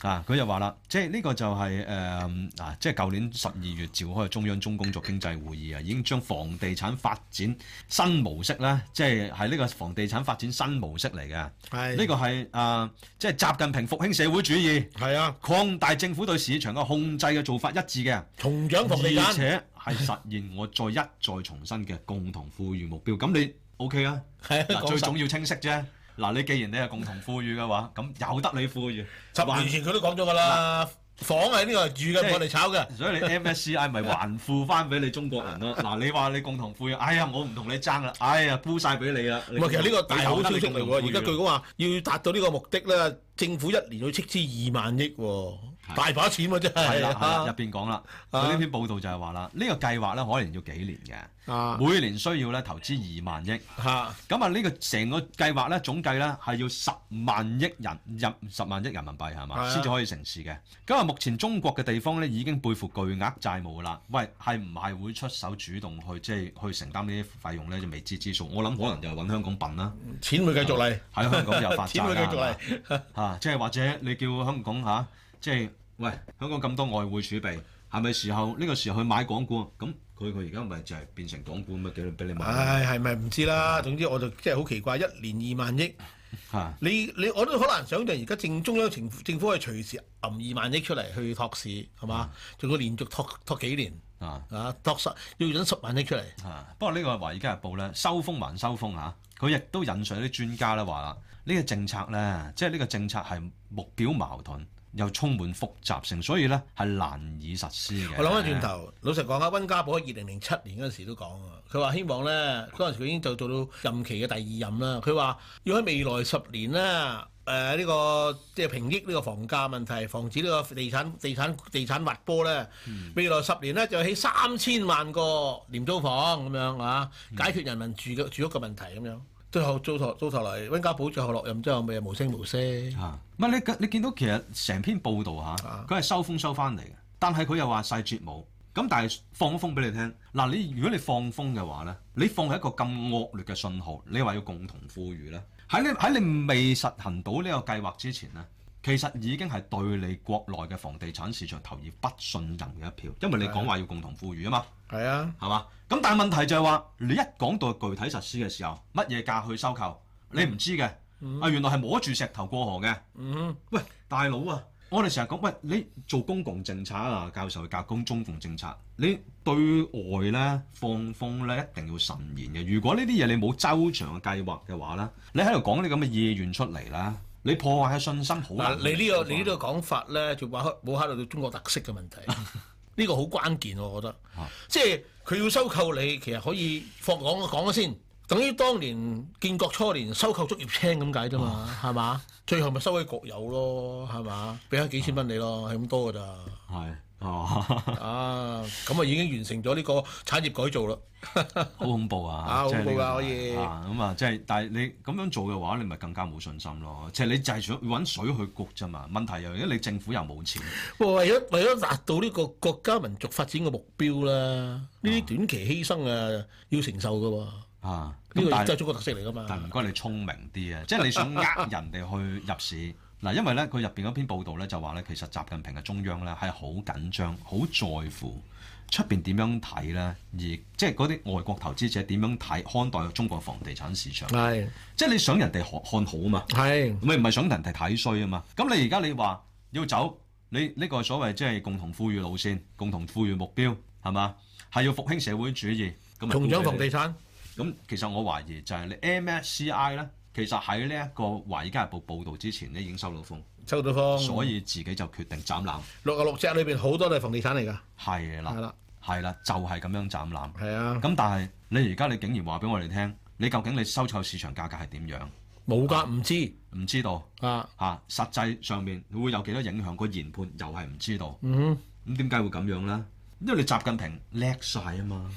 啊，佢就話啦，即係呢個就係誒啊，即係舊年十二月召開嘅中央中工作經濟會議啊，已經將房地產發展新模式咧，即係係呢個房地產發展新模式嚟嘅。呢係個係啊，即係習近平復興社會主義，係啊，擴大政府對市場嘅控制嘅做法一致嘅。重掌房地而產且係實現我再一再重申嘅共同富裕目標。咁你 OK 啊？ 係啊，嗱，講最十重要清晰啫。嗱，你既然你係共同富裕嘅話，咁由得你富裕。十年前佢都講咗㗎啦，房係呢個係住即嘅，係我哋炒嘅。所以你 MSCI 咪還富翻俾你中國人咯。嗱，你話你共同富裕，哎呀，我唔同你爭啦，哎呀，沽晒俾你啦。唔係，其實呢個大好消息嚟你由得你共同富喎。裕而家據講話要達到呢個目的咧，政府一年要斥資二萬億喎，係大把錢喎，真係啦，係啦，入係邊講啦，啊佢呢篇報道就係話啦，呢個計劃咧可能要幾年嘅，啊每年需要咧投資二萬億。嚇咁啊，呢個成個計劃咧總計咧係要十萬億人入十萬億人民幣係係嘛，啊先至可以成事嘅。咁啊，目前中國嘅地方咧已經背負巨額債務啦。喂，係唔係會出手主動去即係去承擔呢啲費用咧？就未知之數。我諗可能就係揾香港笨啦，錢會繼續嚟，喺香港 又發錢債會繼啦續係嘛嚟。。嚇，即係或者你叫香港嚇，即係喂香港咁多外匯儲備，係咪時候呢個時候去買港股？咁佢佢而家咪就係變成港股咁啊嘅幾俾你買啦唉，係咪唔知啦？總之我就即係好奇怪，一年二萬億，嚇。你你我都好難想象而家正中央政府政府可以隨時揞二萬億出嚟去托市，係嘛？仲要連續托托幾年啊啊，托十要揾十萬億出嚟。啊！不過呢個《華爾街日報》咧，收風還收風嚇，佢亦都引述啲專家咧話啦，呢、個政策咧，即係呢個政策係目標矛盾，又充滿複雜性，所以咧係難以實施嘅。我諗翻轉頭，老實講啊，温家寶喺二零零七年嗰陣時都講啊，佢話希望咧嗰陣時佢已經就到到任期嘅第二任啦。佢話要喺未來十年咧，誒、呢、個即係平抑呢個房價問題，防止呢個地產地產地產滑坡咧。未來十年咧就起三千萬個廉租房咁樣啊，解決人民住嘅住屋嘅問題咁樣。最後到頭到頭嚟，温家寶最後落任之後，咪無聲無息。啊，唔係你你見到其實成篇報道嚇，啊佢係收風收翻嚟嘅，但係佢又話細節冇，咁但係放咗風俾你聽。嗱，你如果你放風嘅話咧，你放係一個咁惡劣嘅信號，你話要共同富裕咧，喺你喺你未實行到呢個計劃之前咧。其實已經係對你國內嘅房地產市場投以不信任嘅一票，因為你講話要共同富裕啊嘛。係啊，係嘛？咁但係問題就係話，你一講到具體實施嘅時候，乜嘢價去收購，你唔知嘅。啊，原來係摸住石頭過河嘅。嗯，喂，大佬啊，我哋成日講，喂，你做公共政策啊，教授教公中共政策，你對外咧放風咧一定要慎言嘅。如果呢啲嘢你冇周詳嘅計劃嘅話咧，你喺度講啲咁嘅意願出嚟啦，你破壞嘅信心好嗱難，你呢、個你呢個講法咧，就話冇考慮到中國特色嘅 問題，呢個好關鍵喎，我覺得。啊即係佢要收購你，其實可以放講講咗先，等於當年建國初年收購竹葉青咁解啫嘛，係嘛、哦最後咪收起國有咯，係嘛？俾咗幾千蚊你咯，係咁多㗎 咋？係哦。 啊，咁啊已經完成咗呢個產業改造啦。好恐怖啊！啊即係呢恐怖㗎個可以啊咁啊，即係但係你咁樣做嘅話，你咪更加冇信心咯。即係你就係想揾水去焗啫嘛。問題又因為你政府又冇錢，為咗為咗達到呢個國家民族發展嘅目標啦，呢啲短期犧牲啊要承受㗎喎。啊，呢咁個但真係係中國特色嚟㗎但係嘛唔？該你聰明啲啊！即係你想呃人哋去入市。嗱，因為咧佢入邊嗰篇報道咧就話咧，其實習近平嘅中央咧係好緊張、好在乎出邊點樣睇咧，而即係嗰啲外國投資者點樣睇看待中國房地產市場，係即係你想人哋看看好啊嘛。係咪唔係想人哋睇衰啊嘛？咁你而家你話要走，你呢個所謂即係共同富裕路線、共同富裕目標係嘛？係要復興社會主義，咁啊咪重獎房沽俾地產你。咁其實我懷疑就係你 MSCI 咧，其實喺呢一個《華爾街日報》報導之前咧已經收到風，收到方，所以自己就決定斬攬。六啊六隻裏邊好多都係房地產嚟㗎。係係啊啦，啦，係啦，就係咁樣斬攬。係啊，咁但係你而家你竟然話俾我哋聽，你究竟你收購市場價格係點樣？冇㗎，唔知唔知道。啊，嚇、實際上面會有幾多影響？個研判又係唔知道。嗯咁點解會咁樣呢？因為你習近平叻晒啊嘛，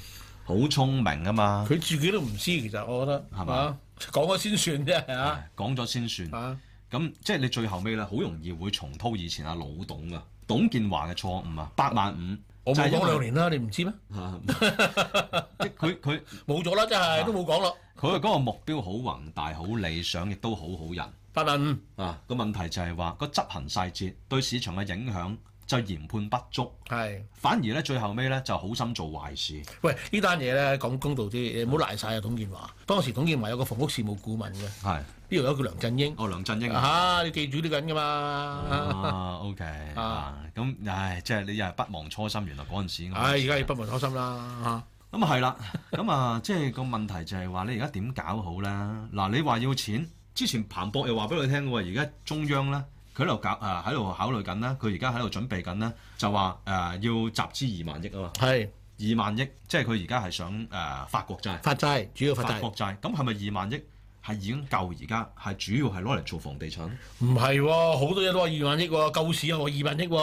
好聰明啊嘛哼，，佢自己都唔知，其實我覺得係嘛啊，講咗先算啫，係啊，講咗先算。啊，咁即係你最後尾咧，好容易會重蹈以前阿老董啊、董建華嘅錯誤啊，八萬五。我就冇係因為講兩年啦，你唔知咩？ 啊即係佢佢冇咗啦，真啊係都冇講咯，佢嗰個目標好宏大、好理想，亦都好好人八萬五，啊。個問題就係話個執行細節對市場嘅影響就研判不足，係。反而咧最後尾咧就好心做壞事。喂，呢單嘢咧講公道啲，你唔好賴晒啊，董建華。當時董建華有個房屋事務顧問嘅，呢係，度有個梁振英，哦，梁振英嚇、啊。你記住呢個人㗎嘛。啊，OK 啊啊，咁唉，即係你又係不忘初心，原來嗰陣時我唉，而家要不忘初心啦嚇。咁啊係啦，咁啊 即係個問題就係話你而家點搞好啦？嗱，你話要錢，之前彭博又話俾你聽喎，而家中央咧佢喺度搞啊喺度考慮緊啦，佢而家喺度準備緊啦，就話誒、要集資二萬億啊嘛，係二萬億，即係佢而家係想誒、發國債，發債，主要發發債國。債，咁係咪二萬億係已經夠而家係主要係攞嚟做房地產？唔係喎，好多嘢都話二萬億喎，救市又話二萬億喎，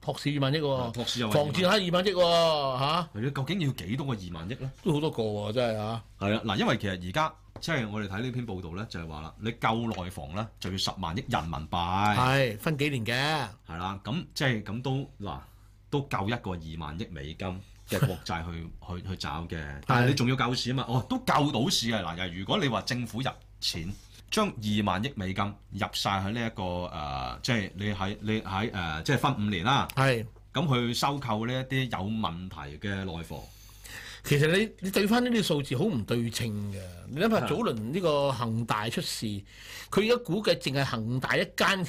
托市二萬億喎，啊托市又話房戰啊喺二萬億喎，嚇、係咯，究竟要幾多個二萬億咧？都好多個喎，真係嚇、係啊，嗱，因為其實而家即係我哋睇呢篇報道咧，就係話啦，你夠內房咧就要十萬億人民幣，係分幾年嘅，係啦，咁即係咁都嗱都夠一個二萬億美金嘅國債去 去去找嘅，但係你仲要救市啊嘛，哦都救到市啊嗱，又係如果你話政府入錢。將二萬億美金入晒喺呢一個誒、呃即係你喺你喺誒、呃即係分五年啦，係。咁去收購呢一啲有問題嘅內房，其實你你對翻呢啲數字好唔對稱嘅，你諗下早輪呢個恒大出事，佢而家估計淨係恒大一間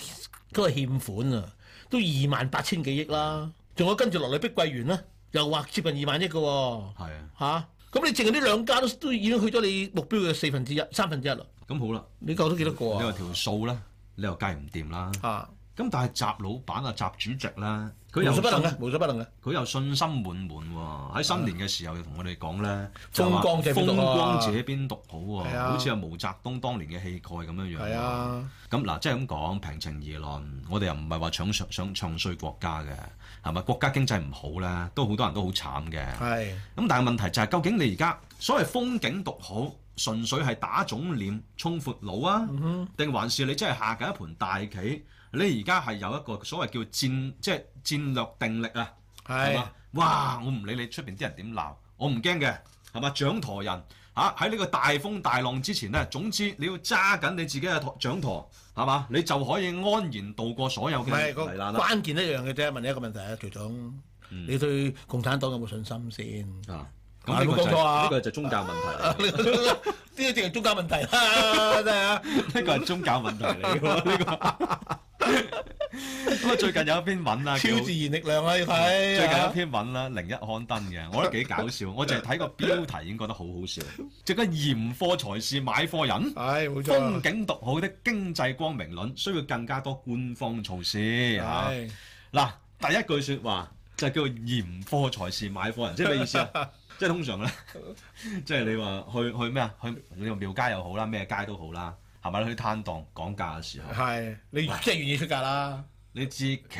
都係欠款啊，都二萬八千幾億啦，仲有跟住落嚟碧桂園啦，又話接近二萬億嘅喎、係啊，吓咁你淨係呢兩間都都已經去咗你目標嘅四分之一、三分之一啦，咁好啦，你救咗幾多你個話啊？條數咧，你又計唔掂啦。啊，咁咁但係習老闆啊，習主席咧，佢無又所不能信嘅，無所不能嘅。佢又信心滿滿喎。喺新年嘅時候又同我哋講咧，就風話光者邊讀風啊光者邊讀好係喎，啊好似阿毛澤東當年嘅氣概咁樣樣。係啊，咁嗱，即係咁講，平情而論，我哋又唔係話搶上想唱衰國家嘅，係咪？國家經濟唔好咧，都好多人都好慘嘅。係咁但係問題就係，究竟你而家所謂風景獨好，純粹係打腫臉充闊佬啊，嗯定、還是你真係下緊一盤大棋？你而家係有一個所謂叫戰，即係戰略定力啊，係係嘛？哇！我唔理你出邊啲人點鬧，我唔驚嘅，係嘛？掌舵人嚇喺呢個大風大浪之前咧，總之你要揸緊你自己嘅舵掌舵，係嘛？你就可以安然度過所有唔係嘅個危難啦。關鍵一樣嘅啫？問你一個問題啊，徐總，你對共產黨有冇信 心先？啊，咁呢個就有冇講過係呢啊個就係宗教問題嚟嘅。呢個正係宗教問題啦，真係啊！呢個係宗教問題嚟嘅喎，呢個。咁啊，最近有一篇文啊，超叫自然力量啊，要睇。最近有一啊篇文啦，零一刊登嘅，我覺得幾搞笑。我 淨係睇個標題已經覺得好好笑，即係嚴貨才是買貨 人。係冇錯風啊。景獨好的經濟光明論需要更加多官方措施嚇。係嗱，第一句説話就叫嚴貨才是買貨人，即係咩意思啊？即係通常咧， 即係你話去去咩啊？去你話廟街又好啦，咩街都好啦，係咪？去攤檔講價嘅 時候。係，你即係願意出價啦。你知其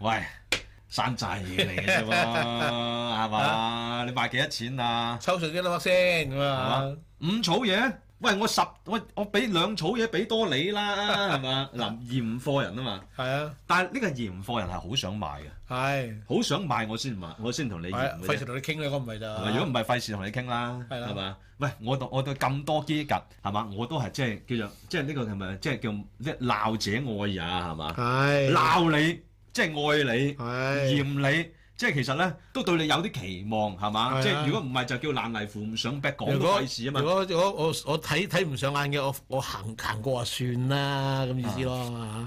喂山寨嘢嚟嘅啫喎，係嘛？你賣幾多錢啊？抽水幾多先咁啊啊？五草嘢，喂我十我我俾兩草嘢俾多你啦，係嘛？嗱，驗貨人啊嘛，係啊，但係呢個驗貨人係好想買嘅，係。好想買我先買，我先同你驗係啊嘅費事啫。同你傾啦，如果唔係就。係嘛如果唔係費事同你傾啦，啊係啦係嘛？喂，我到我到咁多機格係嘛？我都係即係叫做即係呢個係咪即係叫即係鬧者愛也係嘛？係鬧你即係愛你。係嫌你，即係其實咧都對你有啲期望係係啊嘛？即係如果唔係就叫爛泥扶唔上壁講如都果費事啊如嘛。果如果我我睇睇唔上眼嘅，我我行行過就算啦，咁意思咯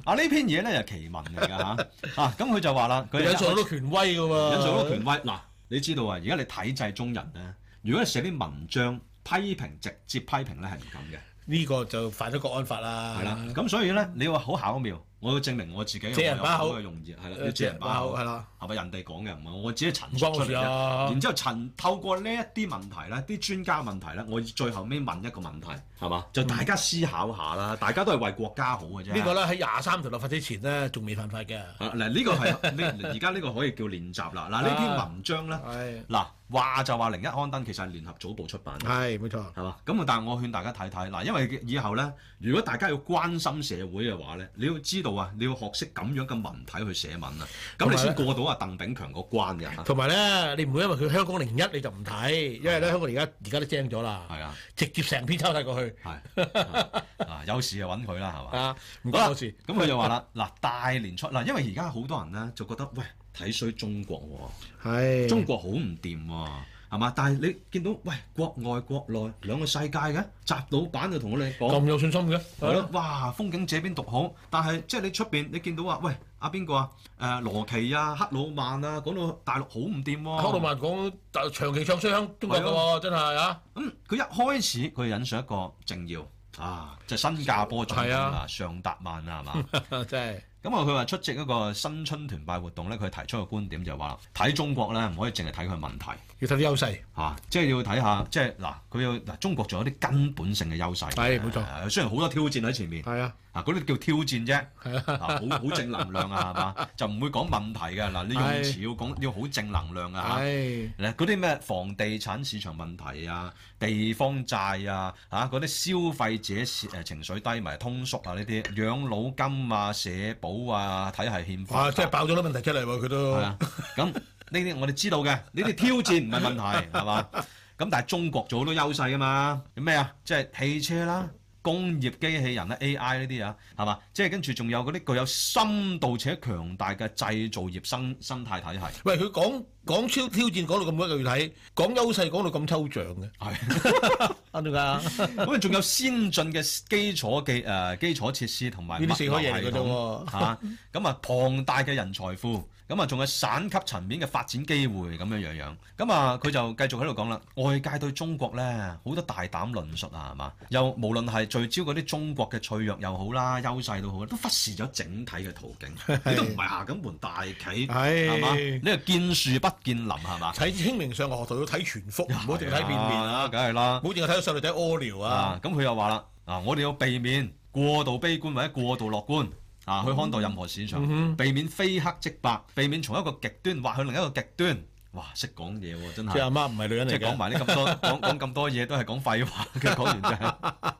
啊呢篇嘢咧就奇聞嚟㗎 嚇啊！咁佢就話啦，嚇。佢引述好引多權威㗎喎。述到權威嗱，你知道啊？而家你體制中人咧，如果你寫啲文章批評直接批評咧係唔敢嘅，呢個就犯咗國安法啦。係啦。咁所以咧，你話好巧妙，我要證明我自己啊借人把口我有好嘅用意係啦，誒要借人把口係啦，係咪人哋講嘅唔係我只係陳唔述關我出嚟事啫。啊。然之後陳透過呢一啲問題咧，啲專家問題咧，我最後尾問一個問題，係嗯嘛？就大家思考下啦，大家都係為國家好嘅啫。呢個咧喺廿三條立法之前咧，仲未犯法嘅。啊嗱，呢個係呢而家呢個可以叫練習啦。嗱，呢篇啊文章咧，係嗱話就話零一刊登，其實係聯合早報出版嘅。係冇錯。係嘛？咁啊但係我勸大家睇睇嗱，因為以後咧，如果大家要關心社會嘅話咧，你要知道啊，你要學識咁樣嘅文體去寫文啊，咁你先過到阿鄧炳強個關嘅嚇。同埋咧，你唔會因為佢香港零一你就唔睇，因為咧香港而家而家都精咗啦，係啊，直接成篇抄晒過去係係啊，有事就揾佢啦，係嘛？ 啊，唔好啦關我事。咁佢就話啦，嗱大年初嗱，因為而家好多人咧就覺得喂睇衰中國喎、係中國好唔掂喎，係嘛？但係你見到喂國外國內兩個世界嘅，習老闆就同我哋講咁有信心嘅，係咯，哇風景這邊獨好，但係即係你出邊你見到啊，喂阿邊個啊？誒、羅奇啊、克魯曼啊，講到大陸好唔掂喎。克魯曼講就長期唱衰香中國嘅係喎，真 係啊，咁嗯佢一開始佢引述一個政要啊，就係新加坡總統係啊，尚達曼啊，係 嘛？真係咁啊，佢話出席一個新春團拜活動咧，佢提出個觀點就係話啦，睇中國咧唔可以淨係睇佢問題要睇啲優勢。嚇、啊即係要睇下，即係嗱，佢要嗱中國仲有啲根本性嘅優勢，係冇錯啊雖然好多挑戰喺前面，係啊，啊嗰啲叫挑戰啫，係啊，啊好好正能量 啊，係嘛？就唔會講問題嘅嗱，你用係詞要講要好正能量啊嚇。係嗱，嗰啲咩房地產市場問題啊、地方債啊、嚇嗰啲消費者市誒情緒低迷、通縮啊呢啲養老金啊、社保啊、體系憲法哇，真係爆咗啲問題出嚟喎，佢都係啊，咁 呢啲我哋知道嘅，呢啲挑戰唔係問題，係嘛？咁但係中國做好多優勢噶嘛，有咩啊？即係汽車啦、工業機器人啦、AI 呢啲啊，係嘛？即係跟住仲有嗰啲具有深度且強大嘅製造業生生態體系。喂，佢講講超挑戰講到咁多具體，講優勢講到咁抽象嘅，係啱唔啱啊？咁啊，仲有先進嘅基礎嘅誒基礎設施同埋呢啲物流系四海嘢嚟㗎啫統喎嚇，咁啊龐大嘅人才庫，咁啊仲有省級層面嘅發展機會咁樣樣樣，咁啊佢就繼續喺度講啦，外界對中國咧好多大膽論述啊，係嘛？又無論係聚焦嗰啲中國嘅脆弱又好啦，優勢都好啦，都忽視咗整體嘅 途徑，你都唔係下緊門大棋係係嘛？你係見樹不見林係嘛？睇清明上河圖要睇全 幅，唔好淨睇片面啊啊！梗係啦唔。好淨係睇到細路仔屙尿啊啊！，咁佢又話啦，啊，我哋要避免過度悲觀或者過度樂觀。啊！嗯去看待任何市場，避免非黑即白，避免從一個極端滑向另一個極端。哇！識講嘢喎，真即係阿係，媽唔係女人即嚟係講嘅。埋呢咁 多講講咁多嘢都係講廢話。佢講完就係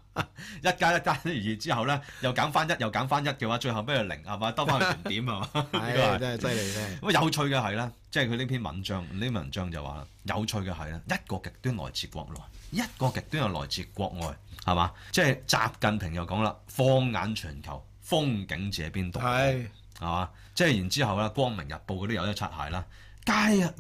一加一加二之後咧，又減翻一，又減翻一嘅話，最後咩零係嘛？兜翻去原點啊係嘛？呢個係唉真係犀利真係。咁啊有趣嘅係咧，即係佢呢篇文章，呢篇文章就話啦，有趣嘅係咧，一個極端來自國內，一個極端又來自國外，係嘛？即係習近平又講啦，放眼全球，風景自喺邊度，係係嘛？即係然之後啦，《光明日報》嗰啲有得擦鞋啦，街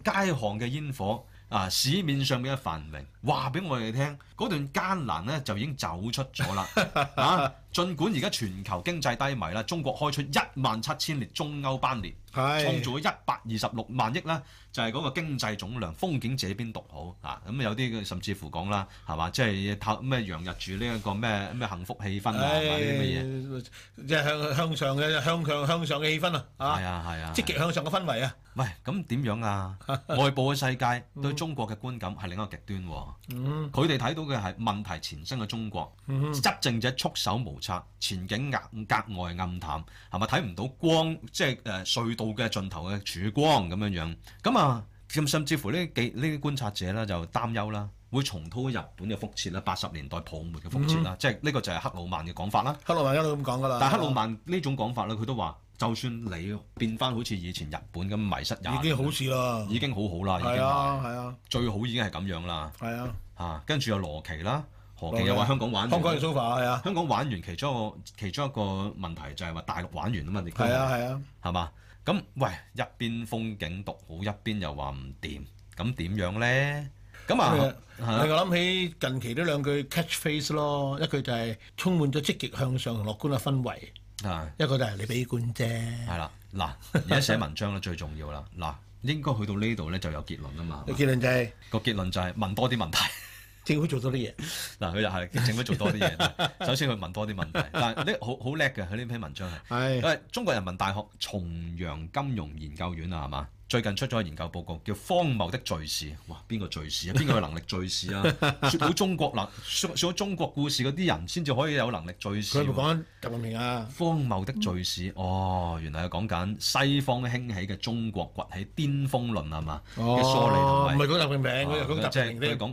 街巷嘅煙火。啊！市面上面嘅繁榮，話俾我哋聽，嗰段艱難咧就已經走出咗啦。啊，儘管而家全球經濟低迷啦，中國開出一萬七千列中歐班列，創造咗係一百二十六萬億啦，就係、嗰個經濟總量，風景自己邊獨好啊！咁有啲嘅甚至乎講啦，係嘛，即係透咩洋溢住呢一個咩咩幸福氣氛啊，哎係嘛呢啲乜嘢？唉即係向向上嘅向上向上嘅氣氛啊！啊係，啊係啊，積極向上嘅氛圍啊！喂，咁點樣啊？外部嘅世界對中國嘅觀感係另一個極端喎、嗯佢哋睇到嘅係問題纏身嘅中國，執政者束手無策，前景額格外暗淡，係咪睇唔到光，即係誒隧道嘅盡頭嘅曙光咁樣樣？咁啊，咁甚至乎呢幾呢啲觀察者啦就擔憂啦，會重蹈日本嘅覆轍啦，八十年代泡沫嘅覆嗯轍啦，即係呢個就係克魯曼嘅講法啦。克魯曼一路咁講㗎啦。但係克魯曼呢種講法咧，佢都話，就算你變翻好似以前日本咁迷失廿已經好似啦，已經好好啦，已係經係啊係啊最好已經係咁樣啦。係啊，啊，跟住有羅奇啦，何羅奇奇啊又話香港玩完，香港人 sofa 係啊香港玩完其中一個其中一個問題就係話大陸玩完啊嘛，亦都係啊係啊，係嘛？咁喂，一邊風景獨好，一邊又話唔掂，咁點樣咧？咁啊，係啊令我諗起近期呢兩句 catchphrase 咯，一句就係充滿咗積極向上同樂觀嘅氛圍，啊一個就係你悲觀啫。係啦，嗱，而家寫文章咧最重要啦，嗱，應該去到呢度咧就有結論啊嘛，個結論就係個結論就係問多啲問題。 政府做到啲嘢，嗱，佢就係政府做多啲 嘢，首先佢問多啲問題，但係呢好好叻嘅佢呢篇文章係。因係為中國人民大學重陽金融研究院啊，係嘛？最近出咗個研究報告，叫《荒謬的敘事》。哇！邊個敘 事啊？邊個有能力敘事啊？説好中國能説説好中國故事嗰啲人，先至可以有能力敘事佢咪喎。講嗯緊習近平啊，荒謬的敘事，哦，原來係講緊西方興起嘅中國崛起巔峰論啊係嘛？ 嘅梳理哦同唔埋係講習近平，佢啊又講習即近平係佢添講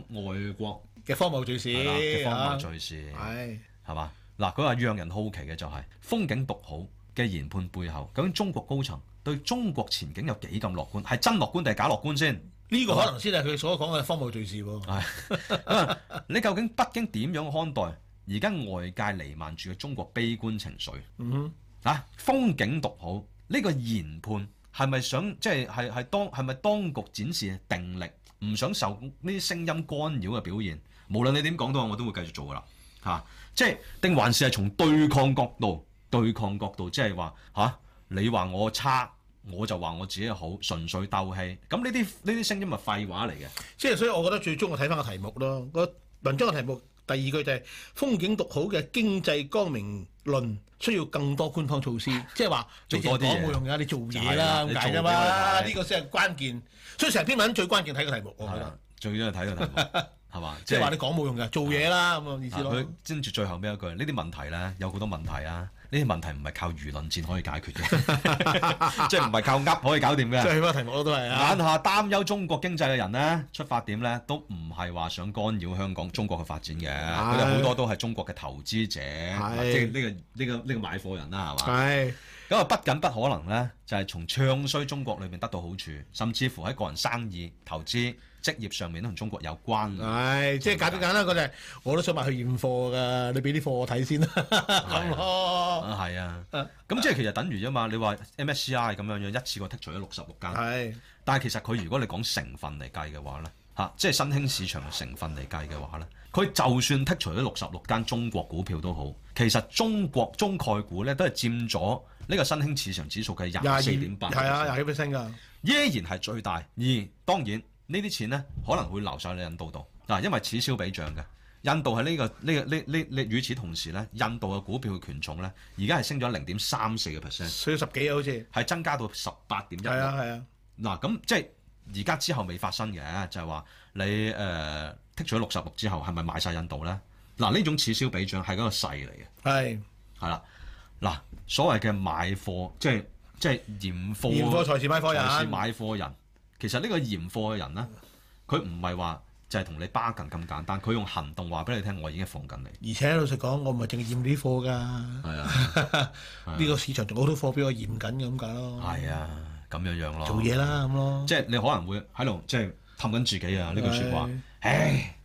外國嘅荒謬敘事係啦嘅荒啊謬，敘事。係係嘛？嗱，佢話讓人好奇嘅就係、風景獨好嘅研判背後，究竟中國高層對中國前景有幾咁樂觀？係真樂觀定係假樂觀先？呢啊個可能先係佢所講嘅荒謬敘事喎。你究竟北京點樣看待而家外界瀰漫住嘅中國悲觀情緒？嗯啊，風景獨好呢、個研判係咪想即係係係當係咪當局展示定力，唔想受呢啲聲音干擾嘅表現？無論你點講都好，我都會繼續做噶啦嚇，即係定還是係從對抗角度，對抗角度即係話嚇，你話我差。我就話我自己好，純粹鬥氣。咁呢啲呢啲聲音咪廢話嚟嘅。哼，即係所以我覺得最終我睇翻個題目咯，個文章嘅題目第二句就係風景獨好嘅經濟光明論需要更多官方 措施，即係話你做多啲嘢淨係講冇用㗎，你做嘢係啦啦你咁解做啫俾我嘛，哋睇呢個先係關鍵。所以成篇文最關鍵睇個題目，我覺係得啊，最緊要睇個題目係嘛？即係話你講冇用㗎，做嘢啦咁嘅意思啊咯佢。跟住最後尾一句，呢啲問題咧有好多問題啊！呢啲問題唔係靠輿論戰可以解決 嘅，即係唔係靠噏可以搞掂即嘅。係個題目咯，都係啊眼。下擔憂中國經濟嘅人咧，出發點咧都唔係話想干擾香港中國嘅發展嘅，佢哋好多都係中國嘅投資者，啊即係呢個呢個呢個買貨人啦，係嘛？係咁啊，不僅不可能咧，就係從唱衰中國裏面得到好處，甚至乎喺個人生意、投資、職業上面都同中國有關嘅。係，即係簡單簡單嗰陣，我都想買去驗貨㗎，你俾啲貨我睇先啦，咁咯。啊，係啊，啊咁即係其實等於啫嘛。你話 MSCI 咁樣樣一次過剔除咗六十六間，係但係其實佢如果你講成分嚟計嘅話咧，嚇、嚇，即係新興市場成分嚟計嘅話咧，佢就算剔除咗六十六間中國股票都好，其實中國中概股咧都係佔咗呢個新興市場指數嘅廿廿二四點八，係啊，廿幾 percent 㗎，依然係最大。而當然呢啲錢咧可能會流晒去印度度嗱，因為此消彼長嘅。印度喺呢、個呢、個呢呢呢，與此同時咧，印度嘅股票嘅權重咧，而家係升咗零點三四個 percent，少十幾啊，好似係增加到十八點一係啊係啊，嗱，咁即係而家之後未發生嘅，就係、話你誒、呃剔除咗六十六之後，係咪買晒印度咧？嗱，呢種此消彼長係嗰個勢嚟嘅，係係啦。嗱，所謂嘅買貨，即係即係驗貨，現貨財是買貨啊才是人，買貨人。其實呢個驗貨嘅人咧，佢唔係話就係同你 bargain 咁簡單，佢用行動話俾你聽，我已經放緊你。而且老實講，我唔係淨係驗呢啲貨㗎， 係啊，呢個市場仲有好多貨俾我驗緊咁解咯，係啊，咁樣樣咯。做嘢啦咁咯。即係你可能會喺度即係氹緊自己啊！呢句説話係，唉，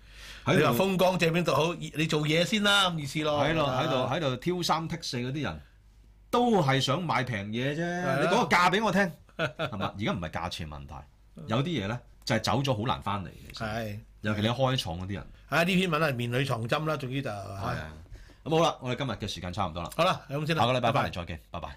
喺你話度。風光借邊度好？你做嘢先啦，咁意思咯。喺度喺度喺度挑三剔四嗰啲人，都係想買平嘢啫。啊你講個價俾我聽，係嘛？而家唔係價錢問題，有啲嘢咧就係走咗好難翻嚟嘅。其實係尤其你開廠嗰啲人，啊！呢篇文係棉裏藏針啦，總之就係啊咁好啦，我哋今日嘅時間差唔多啦，好啦，咁先啦，下個禮拜翻嚟再見，拜拜。